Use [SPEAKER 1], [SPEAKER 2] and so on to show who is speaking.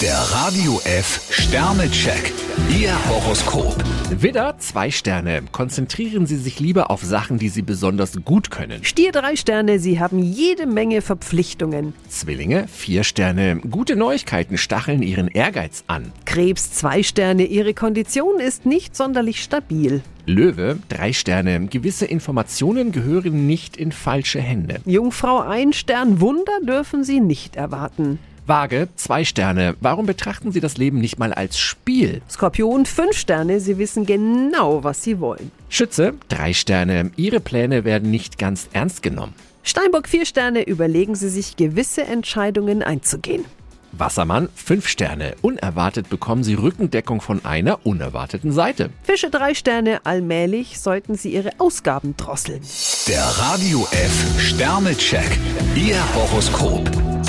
[SPEAKER 1] Der Radio F Sternecheck. Ihr Horoskop.
[SPEAKER 2] Widder, zwei Sterne. Konzentrieren Sie sich lieber auf Sachen, die Sie besonders gut können.
[SPEAKER 3] Stier drei Sterne, Sie haben jede Menge Verpflichtungen.
[SPEAKER 2] Zwillinge, vier Sterne. Gute Neuigkeiten stacheln Ihren Ehrgeiz an.
[SPEAKER 3] Krebs zwei Sterne, Ihre Kondition ist nicht sonderlich stabil.
[SPEAKER 2] Löwe, drei Sterne. Gewisse Informationen gehören nicht in falsche Hände.
[SPEAKER 3] Jungfrau ein Stern, Wunder dürfen Sie nicht erwarten.
[SPEAKER 2] Waage, zwei Sterne. Warum betrachten Sie das Leben nicht mal als Spiel?
[SPEAKER 3] Skorpion fünf Sterne, Sie wissen genau, was Sie wollen.
[SPEAKER 2] Schütze, drei Sterne. Ihre Pläne werden nicht ganz ernst genommen.
[SPEAKER 3] Steinbock vier Sterne, überlegen Sie sich gewisse Entscheidungen einzugehen.
[SPEAKER 2] Wassermann, fünf Sterne. Unerwartet bekommen Sie Rückendeckung von einer unerwarteten Seite.
[SPEAKER 3] Fische drei Sterne, allmählich sollten Sie Ihre Ausgaben drosseln.
[SPEAKER 1] Der Radio F Sternecheck. Ihr Horoskop.